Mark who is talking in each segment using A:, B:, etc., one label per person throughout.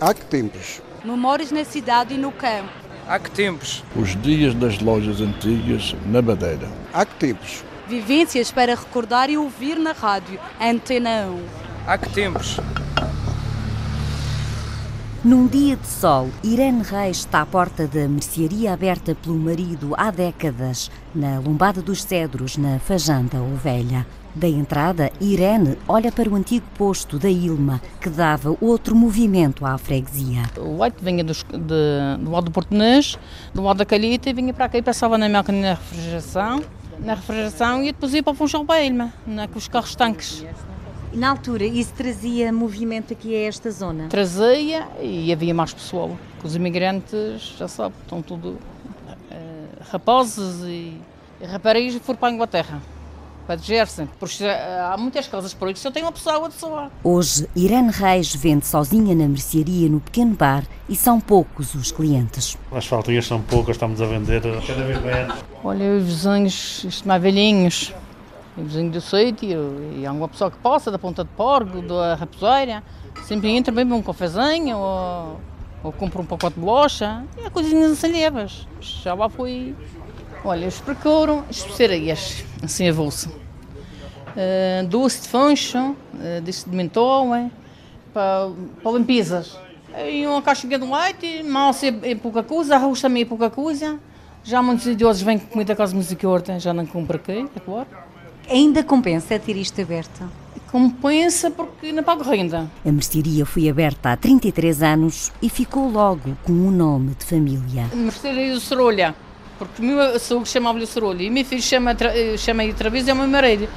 A: Há que tempos?
B: Memórias na cidade e no campo.
C: Há que tempos?
D: Os dias das lojas antigas na Madeira.
A: Há que tempos?
B: Vivências para recordar e ouvir na rádio. Antena 1.
C: Há que tempos?
E: Num dia de sol, Irene Reis está à porta da mercearia aberta pelo marido há décadas, na lombada dos cedros, na Fajanda Ovelha. Da entrada, Irene olha para o antigo posto da Ilma, que dava outro movimento à freguesia.
F: O leite vinha dos, de, do lado do Portonês, do lado da Calhita, e vinha para aqui, passava na máquina na refrigeração, na refrigeração e depois ia para o Funchal para a Ilma, na, com os carros tanques.
E: Na altura, isso trazia movimento aqui a esta zona?
F: Trazia e havia mais pessoal, que os imigrantes, já sabe, estão tudo eh, rapazes e, e raparigas e foram para a Inglaterra para Gerson, porque eh, há muitas casas por aí que só tem uma pessoa de só.
E: Hoje, Irene Reis vende sozinha na mercearia no pequeno bar e são poucos os clientes.
G: As faltinhas são poucas, estamos a vender eh, cada vez menos.
F: Olha, os vizinhos, isto mais velhinhos, o vizinho do sítio, e há uma pessoa que passa da Ponta de Porgo, da Raposeira, sempre entra, bebe um cafezinho ou, ou compra um pacote de bolacha, e há coisinhas assim leves. Já lá fui Olha, eles procuram especiarias, assim avulso. Uh, doce de funcho, uh, doce de mentol, hein, para, para limpezas. E uma caixinha de leite, massa é pouca coisa, arroz também é pouca coisa. Já muitos idosos vêm com comida casa música horta, já não compra aqui, é claro.
E: Ainda compensa ter isto aberto?
F: Compensa porque não pago renda.
E: A mercearia foi aberta há 33 anos e ficou logo com um nome de família.
F: Mercearia do Sorolha porque o meu sogro chamava-lhe Sorolho e o meu filho chama, chama Travis e é o meu marido.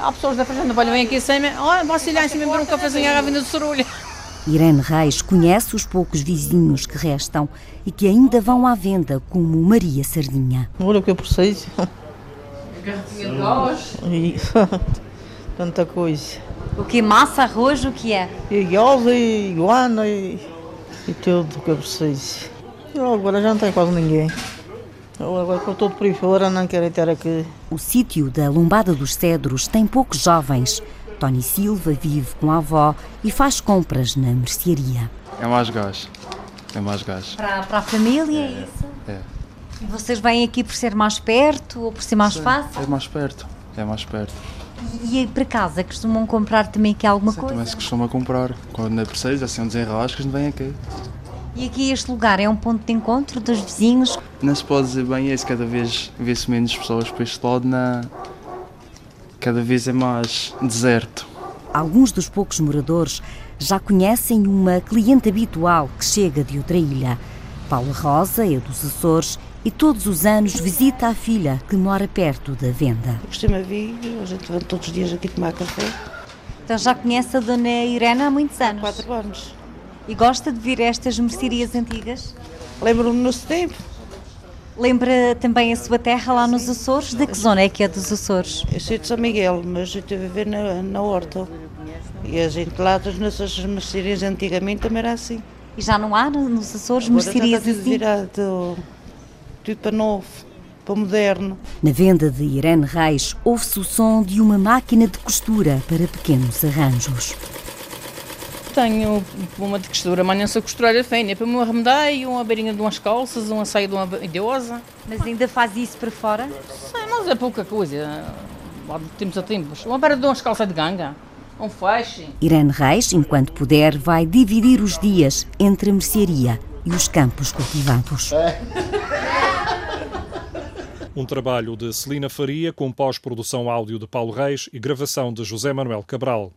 F: Há pessoas da fazenda, olha, vem aqui em cima, olha, vai-se lá em cima beber um cafezinho à venda de Sorolho.
E: Irene Reis conhece os poucos vizinhos que restam e que ainda vão à venda, como Maria Sardinha.
H: Olha o que eu preciso.
F: Garrafinha de gás.
H: Tanta coisa.
E: O que? Massa, arroz, o que é?
H: E gás, e iguana, e, e tudo o que eu preciso. Eu agora já não tem quase ninguém. Eu agora estou todo por aí fora, não quero estar aqui.
E: O sítio da Lombada dos Cedros tem poucos jovens. Tony Silva vive com a avó e faz compras na mercearia.
I: É mais gás. É mais gás.
E: Para, para a família, é isso?
I: É.
E: E Vocês vêm aqui por ser mais perto ou por ser mais
I: Sim,
E: fácil?
I: É mais perto. É mais perto.
E: E, e aí para casa costumam comprar também aqui alguma
I: Sim,
E: coisa?
I: também se costuma comprar. Quando não é preciso, assim um desenrascas, não vem aqui.
E: E aqui este lugar é um ponto de encontro dos vizinhos?
I: Não se pode dizer bem isso, cada vez vê-se menos pessoas para este lado, na... cada vez é mais deserto.
E: Alguns dos poucos moradores já conhecem uma cliente habitual que chega de outra ilha. Paula Rosa é dos Açores e todos os anos visita a filha que mora perto da venda.
J: Costuma vir, a gente vem todos os dias aqui tomar café.
E: Então já conhece a dona Irene há muitos anos
J: Quatro anos.
E: e gosta de vir a estas mercearias antigas?
J: Lembro-me no nosso tempo.
E: Lembra também a sua terra lá nos Açores? De que zona é que é dos Açores?
J: Eu sou de São Miguel, mas eu estive a viver na, na Horta. E a gente lá, as nossas mercearias antigamente também era assim.
E: E já não há nos Açores
J: Agora já está
E: mercearias
J: tudo
E: assim?
J: virado, tudo para tipo novo, para moderno.
E: Na venda de Irene Reis, ouve-se o som de uma máquina de costura para pequenos arranjos.
F: Tenho uma de costura, mas não sou costureira fina. Para me arremedei, uma beirinha de umas calças, uma saia de uma idosa.
E: Mas ainda faz isso para fora?
F: Sim, mas é pouca coisa. Lá de tempos a tempos. Uma beira de umas calças de ganga, um feixe.
E: Irene Reis, enquanto puder, vai dividir os dias entre a mercearia e os campos cultivados.
K: Um trabalho de Celina Faria com pós-produção áudio de Paulo Reis e gravação de José Manuel Cabral.